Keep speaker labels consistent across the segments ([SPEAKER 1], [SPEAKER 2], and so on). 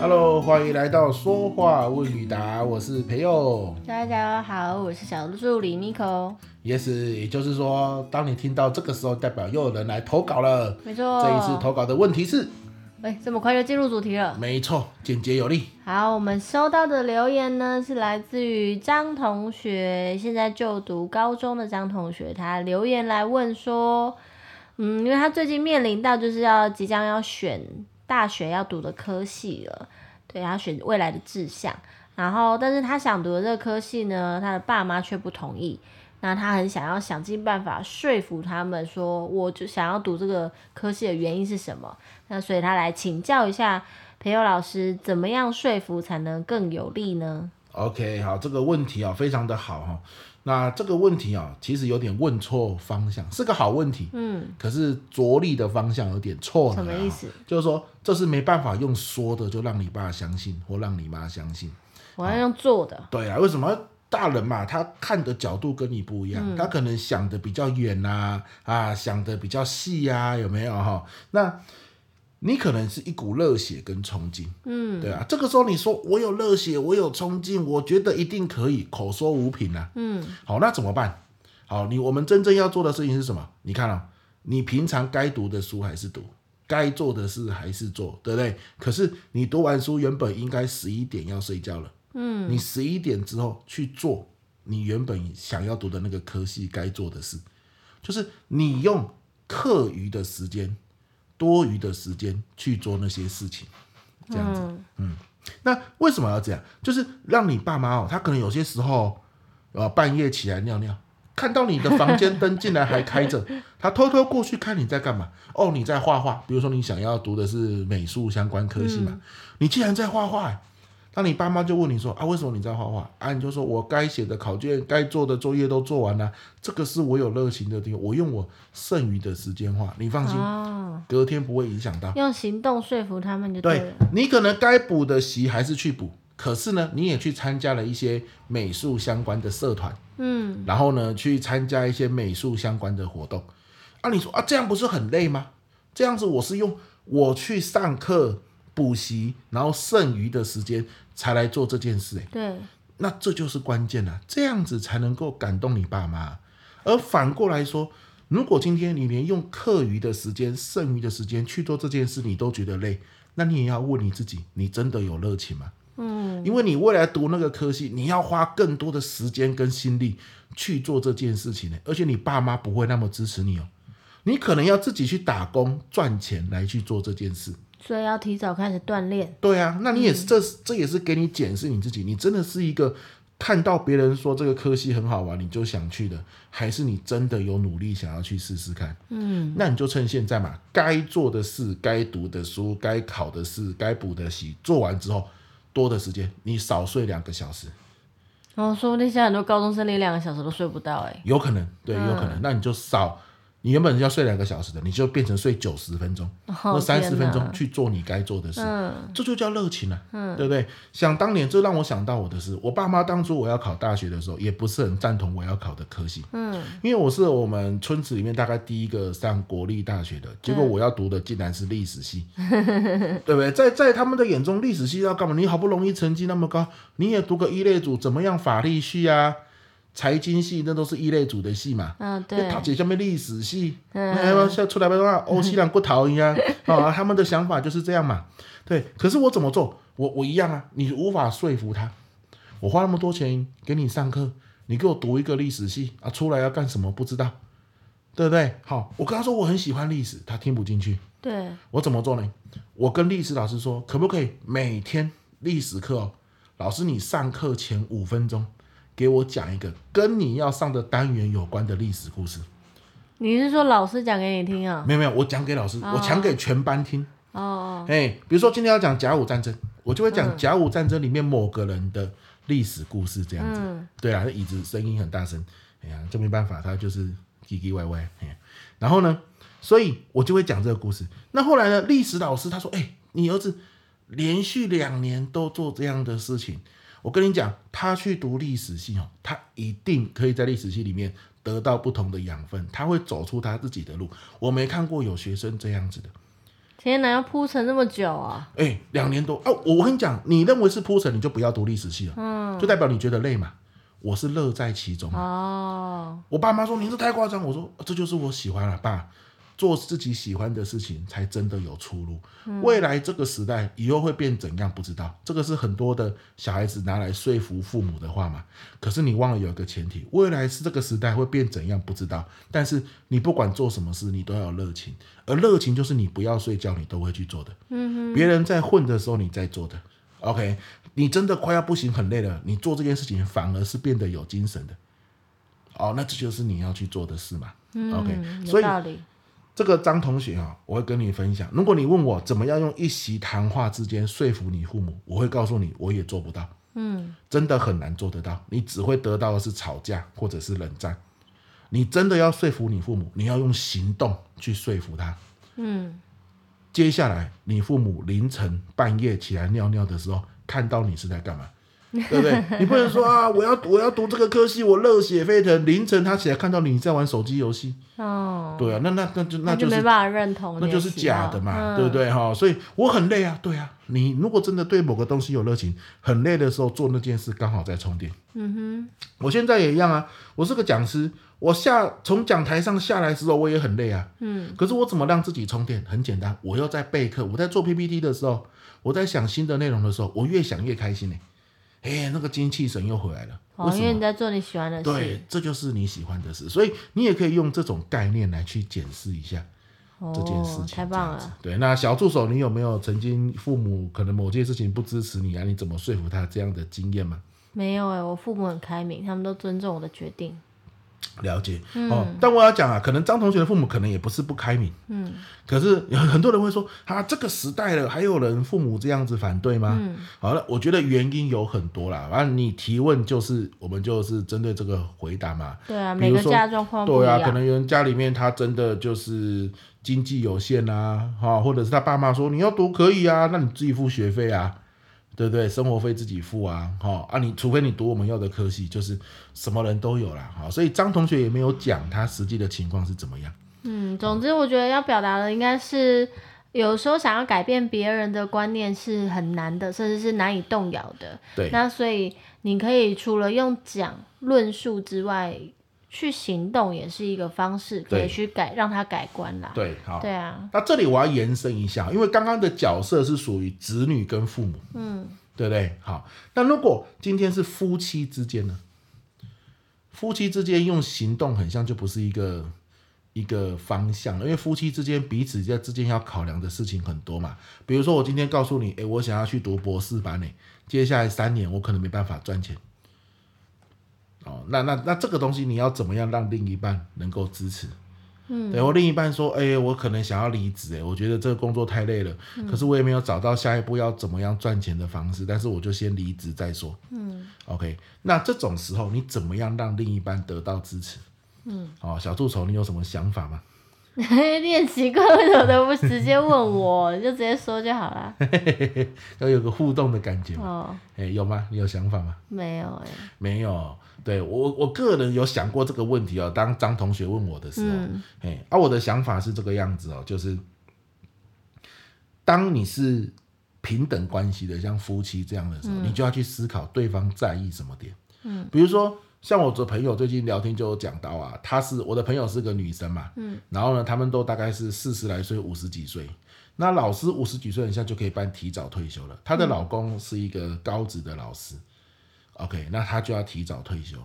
[SPEAKER 1] Hello，欢迎来到说话问与答，我是培佑。
[SPEAKER 2] 大家好，我是小助理 Miko。
[SPEAKER 1] Yes，也就是说，当你听到这个时候，代表又有人来投稿了。
[SPEAKER 2] 没错，
[SPEAKER 1] 这一次投稿的问题是，
[SPEAKER 2] 哎、这么快就进入主题了。
[SPEAKER 1] 没错，简洁有力。
[SPEAKER 2] 好，我们收到的留言呢是来自于张同学，现在就读高中的张同学，他留言来问说，嗯，因为他最近面临到就是要即将要选大学要读的科系了，对，他选未来的志向，然后但是他想读的这个科系呢，他的爸妈却不同意。那他很想要想尽办法说服他们说，我就想要读这个科系的原因是什么？那所以他来请教一下培友老师，怎么样说服才能更有利呢？
[SPEAKER 1] OK，好，这个问题啊、非常的好哈、那这个问题啊、其实有点问错方向，是个好问题，
[SPEAKER 2] 嗯，
[SPEAKER 1] 可是着力的方向有点错了。
[SPEAKER 2] 什么意？思？
[SPEAKER 1] 就是说，这是没办法用说的就让你爸相信或让你妈相信。
[SPEAKER 2] 我要用做的，
[SPEAKER 1] 对啊，为什么大人嘛，他看的角度跟你不一样，
[SPEAKER 2] 嗯
[SPEAKER 1] 他可能想的比较远啊，啊，想的比较细啊，有没有哈？那你可能是一股热血跟冲劲，
[SPEAKER 2] 嗯
[SPEAKER 1] 对啊，这个时候你说我有热血，我有冲劲，我觉得一定可以，口说无凭啊。
[SPEAKER 2] 嗯，
[SPEAKER 1] 好，那怎么办？好，你我们真正要做的事情是什么？你看啊、你平常该读的书还是读，该做的事还是做，对不对？可是你读完书，原本应该十一点要睡觉了，嗯，你十一点之后去做你原本想要读的那个科系该做的事，就是你用课余的时间、多余的时间去做那些事情，这样子。
[SPEAKER 2] 嗯
[SPEAKER 1] 那为什么要这样？就是让你爸妈哦，他可能有些时候，呃，半夜起来尿尿，看到你的房间灯进来还开着， 他偷偷过去看你在干嘛。哦，你在画画，比如说你想要读的是美术相关科系嘛，你竟然在画画、欸。当你爸妈就问你说啊，为什么你在画画？啊，你就说我该写的考卷、该做的作业都做完了、这个是我有热情的地方，我用我剩余的时间画，你放心，
[SPEAKER 2] 哦，
[SPEAKER 1] 隔天不会影响到。
[SPEAKER 2] 用行动说服他们就对
[SPEAKER 1] 对
[SPEAKER 2] 了。
[SPEAKER 1] 你可能该补的习还是去补，可是呢，你也去参加了一些美术相关的社团，
[SPEAKER 2] 嗯，
[SPEAKER 1] 然后呢，去参加一些美术相关的活动。啊，你说啊，这样不是很累吗？这样子我是用我去上课补习，然后剩余的时间才来做这件事、欸，
[SPEAKER 2] 对，
[SPEAKER 1] 那这就是关键了、啊这样子才能够感动你爸妈。而反过来说，如果今天你连用课余的时间、剩余的时间去做这件事，你都觉得累，那你也要问你自己，你真的有热情吗？
[SPEAKER 2] 嗯，
[SPEAKER 1] 因为你未来读那个科系，你要花更多的时间跟心力去做这件事情呢，而且你爸妈不会那么支持你哦，你可能要自己去打工赚钱来去做这件事。
[SPEAKER 2] 所以要提早开始锻炼。
[SPEAKER 1] 对啊，那你也是，这是这也是给你检视你自己，你真的是一个看到别人说这个科系很好玩你就想去的，还是你真的有努力想要去试试看？
[SPEAKER 2] 嗯，
[SPEAKER 1] 那你就趁现在嘛，该做的事、该读的书、该考的试、该补的习，做完之后多的时间，你少睡两个小时，
[SPEAKER 2] 然哦后说不定现在很多高中生连两个小时都睡不到、哎，
[SPEAKER 1] 有可能，对，有可能，那你就少。你原本要睡两个小时的，你就变成睡九十分钟，那
[SPEAKER 2] 哦
[SPEAKER 1] 三十
[SPEAKER 2] 天
[SPEAKER 1] 分钟
[SPEAKER 2] 哪
[SPEAKER 1] 去做你该做的事。
[SPEAKER 2] 嗯
[SPEAKER 1] 这就叫热情啊，对不对？想当年，这让我想到我的事。我爸妈当初我要考大学的时候，也不是很赞同我要考的科系，
[SPEAKER 2] 嗯，
[SPEAKER 1] 因为我是我们村子里面大概第一个上国立大学的，结
[SPEAKER 2] 嗯
[SPEAKER 1] 果我要读的竟然是历史系，对不对？在在他们的眼中，历史系要干嘛？你好不容易成绩那么高，你也读个一类组，怎么样？法律系啊，财经系那都是一类组的系嘛。
[SPEAKER 2] 嗯，
[SPEAKER 1] 对，
[SPEAKER 2] 对，
[SPEAKER 1] 他姐下面历史系，
[SPEAKER 2] 嗯
[SPEAKER 1] 哎呀，像出来的话，欧西兰骨头一 样啊，他们的想法就是这样嘛。对，可是我怎么做？我我一样啊，你无法说服他。我花那么多钱给你上课，你给我读一个历史系啊，出来要干什么不知道，对不对？好，我跟他说我很喜欢历史，他听不进去。
[SPEAKER 2] 对，
[SPEAKER 1] 我怎么做呢？我跟历史老师说，可不可以每天历史课哦，老师你上课前五分钟给我讲一个跟你要上的单元有关的历史故事。
[SPEAKER 2] 你是说老师讲给你听啊、
[SPEAKER 1] 没有没有，我讲给老师，我讲给全班听。
[SPEAKER 2] 哦哦。嗯
[SPEAKER 1] 哎、比如说今天要讲甲午战争，我就会讲甲午战争里面某个人的历史故事这样子。
[SPEAKER 2] 嗯
[SPEAKER 1] 对啊，那椅子声音很大声，哎呀，这没办法，他就是唧唧歪歪。哎呀，然后呢，所以我就会讲这个故事。那后来呢，历史老师他说：“哎、你儿子连续两年都做这样的事情。”我跟你讲，他去读历史系哦，他一定可以在历史系里面得到不同的养分，他会走出他自己的路。我没看过有学生这样子的，
[SPEAKER 2] 天哪，要铺陈那么久啊！
[SPEAKER 1] 哎，两年多哦，我我跟你讲，你认为是铺陈，你就不要读历史系了，
[SPEAKER 2] 嗯，
[SPEAKER 1] 就代表你觉得累嘛。我是乐在其中。
[SPEAKER 2] 哦，
[SPEAKER 1] 我爸妈说你这太夸张，我说这就是我喜欢了，爸。做自己喜欢的事情才真的有出路。
[SPEAKER 2] 嗯
[SPEAKER 1] 未来这个时代以后会变怎样不知道，这个是很多的小孩子拿来说服父母的话嘛。可是你忘了有一个前提，未来是这个时代会变怎样不知道，但是你不管做什么事，你都要有热情，而热情就是你不要睡觉，你都会去做的。
[SPEAKER 2] 嗯
[SPEAKER 1] 别人在混的时候你在做的。OK，你真的快要不行很累了，你做这件事情反而是变得有精神的。哦，那这就是你要去做的事嘛。
[SPEAKER 2] 哼
[SPEAKER 1] OK，
[SPEAKER 2] 嗯，
[SPEAKER 1] 所
[SPEAKER 2] 有
[SPEAKER 1] 以
[SPEAKER 2] 道理。
[SPEAKER 1] 这个张同学啊，我会跟你分享。如果你问我怎么样用一席谈话之间说服你父母，我会告诉你，我也做不到，
[SPEAKER 2] 嗯，
[SPEAKER 1] 真的很难做得到。你只会得到的是吵架或者是冷战。你真的要说服你父母，你要用行动去说服他。
[SPEAKER 2] 嗯，
[SPEAKER 1] 接下来，你父母凌晨半夜起来尿尿的时候，看到你是在干嘛， 对不对？你不能说啊，我要我要读这个科系，我热血沸腾。凌晨他起来看到你在玩手机游戏，
[SPEAKER 2] 哦，
[SPEAKER 1] 对啊，那那那就
[SPEAKER 2] 那
[SPEAKER 1] 那
[SPEAKER 2] 就是没办法认同
[SPEAKER 1] 那
[SPEAKER 2] 你
[SPEAKER 1] 就是
[SPEAKER 2] 喜好，
[SPEAKER 1] 假的嘛，
[SPEAKER 2] 嗯
[SPEAKER 1] 对不？对哈？所以我很累啊，对啊。你如果真的对某个东西有热情，很累的时候做那件事刚好在充电。
[SPEAKER 2] 嗯
[SPEAKER 1] 我现在也一样啊，我是个讲师，我下从讲台上下来的时候我也很累啊，
[SPEAKER 2] 哼，嗯
[SPEAKER 1] 可是我怎么让自己充电？很简单，我又在备课，我在做 PPT 的时候，我在想新的内容的时候，我越想越开心呢、哎，那个精气神又回来了。为
[SPEAKER 2] 哦，
[SPEAKER 1] 什
[SPEAKER 2] 因
[SPEAKER 1] 么？
[SPEAKER 2] 为你在做你喜欢的
[SPEAKER 1] 对
[SPEAKER 2] 事，，
[SPEAKER 1] 这就是你喜欢的事，所以你也可以用这种概念来去检视一下这件事情。
[SPEAKER 2] 哦，太棒
[SPEAKER 1] 这样子
[SPEAKER 2] 了。。
[SPEAKER 1] 对，那小助手，你有没有曾经父母可能某件事情不支持你啊？你怎么说服他这样的经验吗？
[SPEAKER 2] 没有哎、我父母很开明，他们都尊重我的决定。
[SPEAKER 1] 了解、哦，但我要讲啊，可能张同学的父母可能也不是不开明，
[SPEAKER 2] 嗯
[SPEAKER 1] 可是有很多人会说，啊，这个时代了，还有人父母这样子反对吗？
[SPEAKER 2] 嗯
[SPEAKER 1] 好了，我觉得原因有很多啦。反正你提问就是，我们就是针对这个回答嘛。
[SPEAKER 2] 对啊，
[SPEAKER 1] 比
[SPEAKER 2] 每
[SPEAKER 1] 如
[SPEAKER 2] 个
[SPEAKER 1] 说
[SPEAKER 2] 家的状况不一
[SPEAKER 1] 对啊，
[SPEAKER 2] 样。
[SPEAKER 1] 可能有人家里面他真的就是经济有限啊，哈，或者是他爸妈说你要读可以啊，那你自己付学费啊，对不对？生活费自己付啊，哈啊你，除非你读我们要的科系，就是什么人都有啦，哈。所以张同学也没有讲他实际的情况是怎么样。
[SPEAKER 2] 嗯，总之我觉得要表达的应该是，有时候想要改变别人的观念是很难的，甚至是难以动摇的。
[SPEAKER 1] 对，
[SPEAKER 2] 那所以你可以除了用讲论述之外，去行动也是一个方式，可
[SPEAKER 1] 对
[SPEAKER 2] 以去改让他改观啦。
[SPEAKER 1] 对，好。
[SPEAKER 2] 对啊，
[SPEAKER 1] 那这里我要延伸一下，因为刚刚的角色是属于子女跟父母，
[SPEAKER 2] 嗯，
[SPEAKER 1] 对不对？好，那如果今天是夫妻之间呢？夫妻之间用行动很像，就不是一个一个方向了，因为夫妻之间彼此在之间要考量的事情很多嘛。比如说，我今天告诉你，诶，我想要去读博士班呢，接下来三年我可能没办法赚钱。哦，那那那这个东西你要怎么样让另一半能够支持？对我另一半说，哎、我可能想要离职，哎，我觉得这个工作太累了，可是我也没有找到下一步要怎么样赚钱的方式，但是我就先离职再说。嗯，OK，那这种时候你怎么样让另一半得到支持？嗯，哦，小助手，你有什么想法吗？
[SPEAKER 2] 练习怪为什么都不直接问我，就直接说就好啦。
[SPEAKER 1] 要有个互动的感觉吗？
[SPEAKER 2] 哦，
[SPEAKER 1] 哎、有吗？你有想法吗？
[SPEAKER 2] 没有哎、
[SPEAKER 1] 没有。对我，我个人有想过这个问题哦。当张同学问我的时候，
[SPEAKER 2] 嗯
[SPEAKER 1] 哎，啊，我的想法是这个样子哦，就是当你是平等关系的，像夫妻这样的时候，你就要去思考对方在意什么点。嗯，比如说像我的朋友最近聊天就有讲到啊，她是我的朋友是个女生嘛，嗯，然后呢，他们都大概是四十来岁、五十几岁。那老师五十几岁很像就可以办提早退休了。她的老公是一个高职的老师、o k 那她就要提早退休。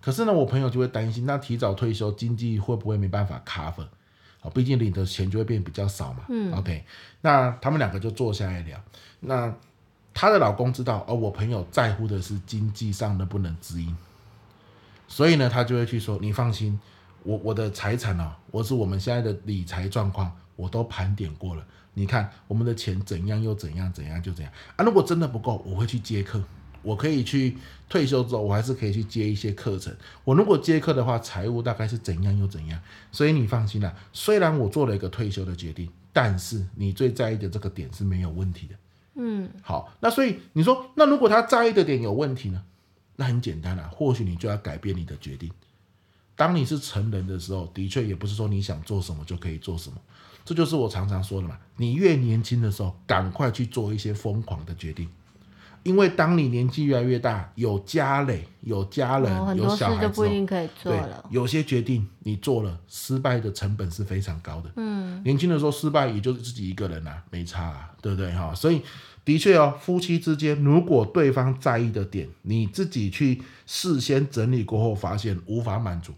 [SPEAKER 1] 可是呢，我朋友就会担心，那提早退休经济会不会没办法 cover？啊，毕竟领的钱就会变比较少嘛。嗯，OK，那他们两个就坐下来聊。那她的老公知道，哦，我朋友在乎的是经济上能不能支应，所以呢，他就会去说，你放心，我我的财产哦，我是我们现在的理财状况，我都盘点过了。你看我们的钱怎样又怎样，怎样就怎样啊。如果真的不够，我会去接课，我可以去退休之后，我还是可以去接一些课程。我如果接课的话，财务大概是怎样又怎样。所以你放心啦，虽然我做了一个退休的决定，但是你最在意的这个点是没有问题的。
[SPEAKER 2] 嗯
[SPEAKER 1] 好，那所以你说，那啊如果他在意的点有问题呢？那很简单啦、或许你就要改变你的决定。当你是成人的时候，的确也不是说你想做什么就可以做什么。这就是我常常说的嘛，你越年轻的时候，赶快去做一些疯狂的决定，因为当你年纪越来越大，有家累，有家人，
[SPEAKER 2] 哦，很
[SPEAKER 1] 有
[SPEAKER 2] 多事
[SPEAKER 1] 小孩
[SPEAKER 2] 就
[SPEAKER 1] 之
[SPEAKER 2] 不一
[SPEAKER 1] 后，
[SPEAKER 2] 定可以做
[SPEAKER 1] 对
[SPEAKER 2] 了，。
[SPEAKER 1] 有些决定你做了，失败的成本是非常高的。
[SPEAKER 2] 嗯，
[SPEAKER 1] 年轻的时候失败也就是自己一个人啊，没差、啊，对不对哈、所以的确哦，夫妻之间如果对方在意的点，你自己去事先整理过后发现无法满足，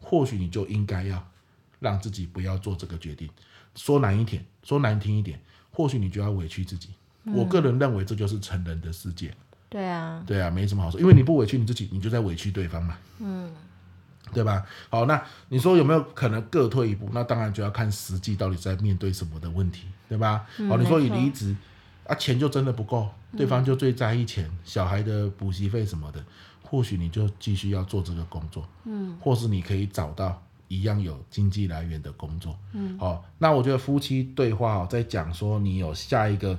[SPEAKER 1] 或许你就应该要让自己不要做这个决定。说难一点，说难听一点，或许你就要委屈自己。
[SPEAKER 2] 嗯
[SPEAKER 1] 我个人认为这就是成人的世界，
[SPEAKER 2] 对啊，
[SPEAKER 1] 对啊，没什么好说，因为你不委屈你自己，你就在委屈对方嘛。嗯，对吧？好，那你说有没有可能各退一步？那当然就要看实际到底在面对什么的问题，对吧？
[SPEAKER 2] 嗯
[SPEAKER 1] 好，你说
[SPEAKER 2] 没
[SPEAKER 1] 你
[SPEAKER 2] 错嗯
[SPEAKER 1] 离职啊，钱就真的不够，对方就最在意钱，小孩的补习费什么的，或许你就继续要做这个工作，嗯，或是你可以找到。一样有经济来源的工作，嗯，好、那我觉得夫妻对话哦，在讲说你有下一个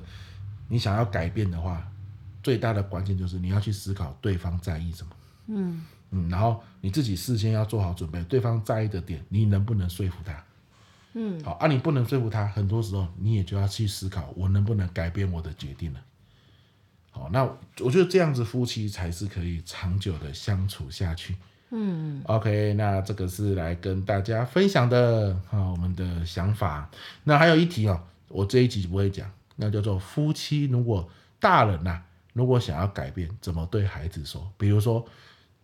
[SPEAKER 1] 你想要改变的话，最大的关键就是你要去思考对方在意什么，
[SPEAKER 2] 嗯，
[SPEAKER 1] 嗯，然后你自己事先要做好准备，对方在意的点，你能不能说服他？
[SPEAKER 2] 嗯，
[SPEAKER 1] 好，啊，你不能说服他，很多时候你也就要去思考，我能不能改变我的决定了。好，那我觉得这样子夫妻才是可以长久的相处下去。
[SPEAKER 2] 嗯，
[SPEAKER 1] OK，那这个是来跟大家分享的啊、我们的想法。那还有一题哦，我这一集不会讲，那叫做夫妻如果大人呐、如果想要改变，怎么对孩子说？比如说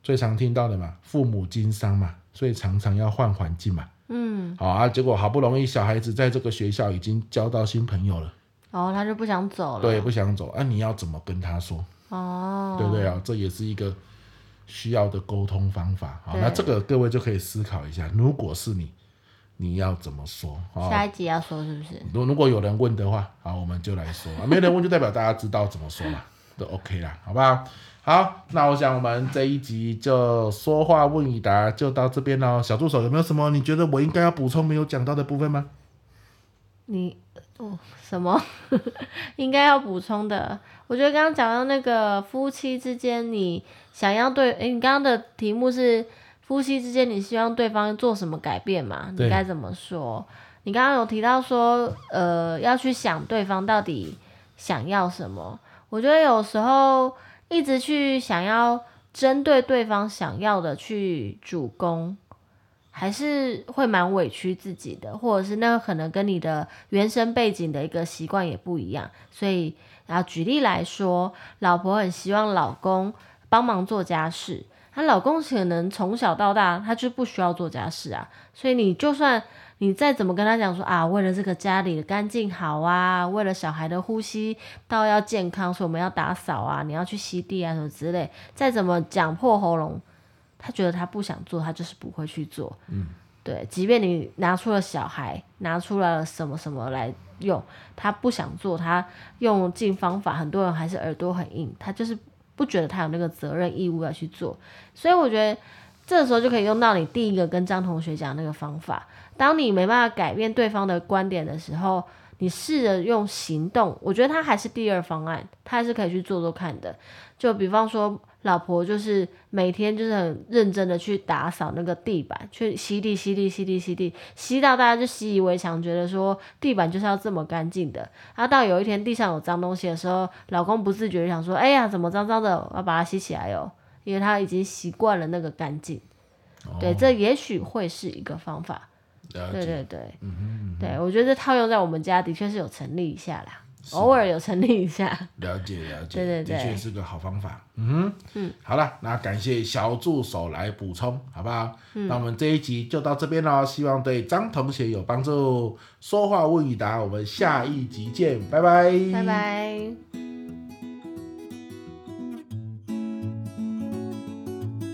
[SPEAKER 1] 最常听到的嘛，父母经商嘛，所以常常要换环境嘛。
[SPEAKER 2] 嗯，
[SPEAKER 1] 好啊，结果好不容易小孩子在这个学校已经交到新朋友了，
[SPEAKER 2] 哦，他就不想走了，
[SPEAKER 1] 对，，不想走，啊，你要怎么跟他说？
[SPEAKER 2] 哦，
[SPEAKER 1] 对不对啊？这也是一个需要的沟通方法。好，
[SPEAKER 2] 对
[SPEAKER 1] 那这个各位就可以思考一下，如果是你，你要怎么说啊？
[SPEAKER 2] 下一集要说是不是？
[SPEAKER 1] 如如果有人问的话，好，我们就来说；啊没人问，就代表大家知道怎么说嘛，都 OK 啦，好不好？好，那我想我们这一集就说话问与答就到这边喽。小助手有没有什么你觉得我应该要补充没有讲到的部分吗？
[SPEAKER 2] 你哦什么 应该要补充的？我觉得刚刚讲到那个夫妻之间，你想要对，诶，你刚刚的题目是夫妻之间，你希望对方做什么改变嘛？
[SPEAKER 1] 对
[SPEAKER 2] 你该怎么说？你刚刚有提到说，呃，要去想对方到底想要什么。我觉得有时候一直去想要针对对方想要的去主攻，还是会蛮委屈自己的，或者是那个可能跟你的原生背景的一个习惯也不一样，所以然后举例来说，老婆很希望老公帮忙做家事，她老公可能从小到大他就不需要做家事啊，所以你就算你再怎么跟他讲说啊，为了这个家里的干净好啊，为了小孩的呼吸道要健康，所以我们要打扫啊，你要去吸地啊什么之类，再怎么讲破喉咙，他觉得他不想做，他就是不会去做。对，即便你拿出了小孩，拿出了什么什么来用，他不想做，他用尽方法，很多人还是耳朵很硬，他就是不觉得他有那个责任义务要去做。所以我觉得这时候就可以用到你第一个跟张同学讲的那个方法，当你没办法改变对方的观点的时候。你试着用行动，我觉得他还是第二方案，他还是可以去做做看的。就比方说，老婆就是每天就是很认真的去打扫那个地板，去吸地、吸地、吸地、吸地，吸到大家就习以为常，觉得说地板就是要这么干净的。然后到有一天地上有脏东西的时候，老公不自觉地想说：“哎呀，怎么脏脏的？我要把它吸起来哦。”因为他已经习惯了那个干净。对，这也许会是一个方法。
[SPEAKER 1] 了
[SPEAKER 2] 对
[SPEAKER 1] 解。嗯
[SPEAKER 2] 对对，对我觉得套用在我们家的确是有成立一下啦，偶尔有成立一下。
[SPEAKER 1] 了解了解，
[SPEAKER 2] 对对对
[SPEAKER 1] 的确是个好方法。嗯哼，嗯，好了，那感谢小助手来补充，好不好？那我们这一集就到这边喽，希望对张同学有帮助。说话问与答，我们下一集见，拜拜，
[SPEAKER 2] 拜。拜。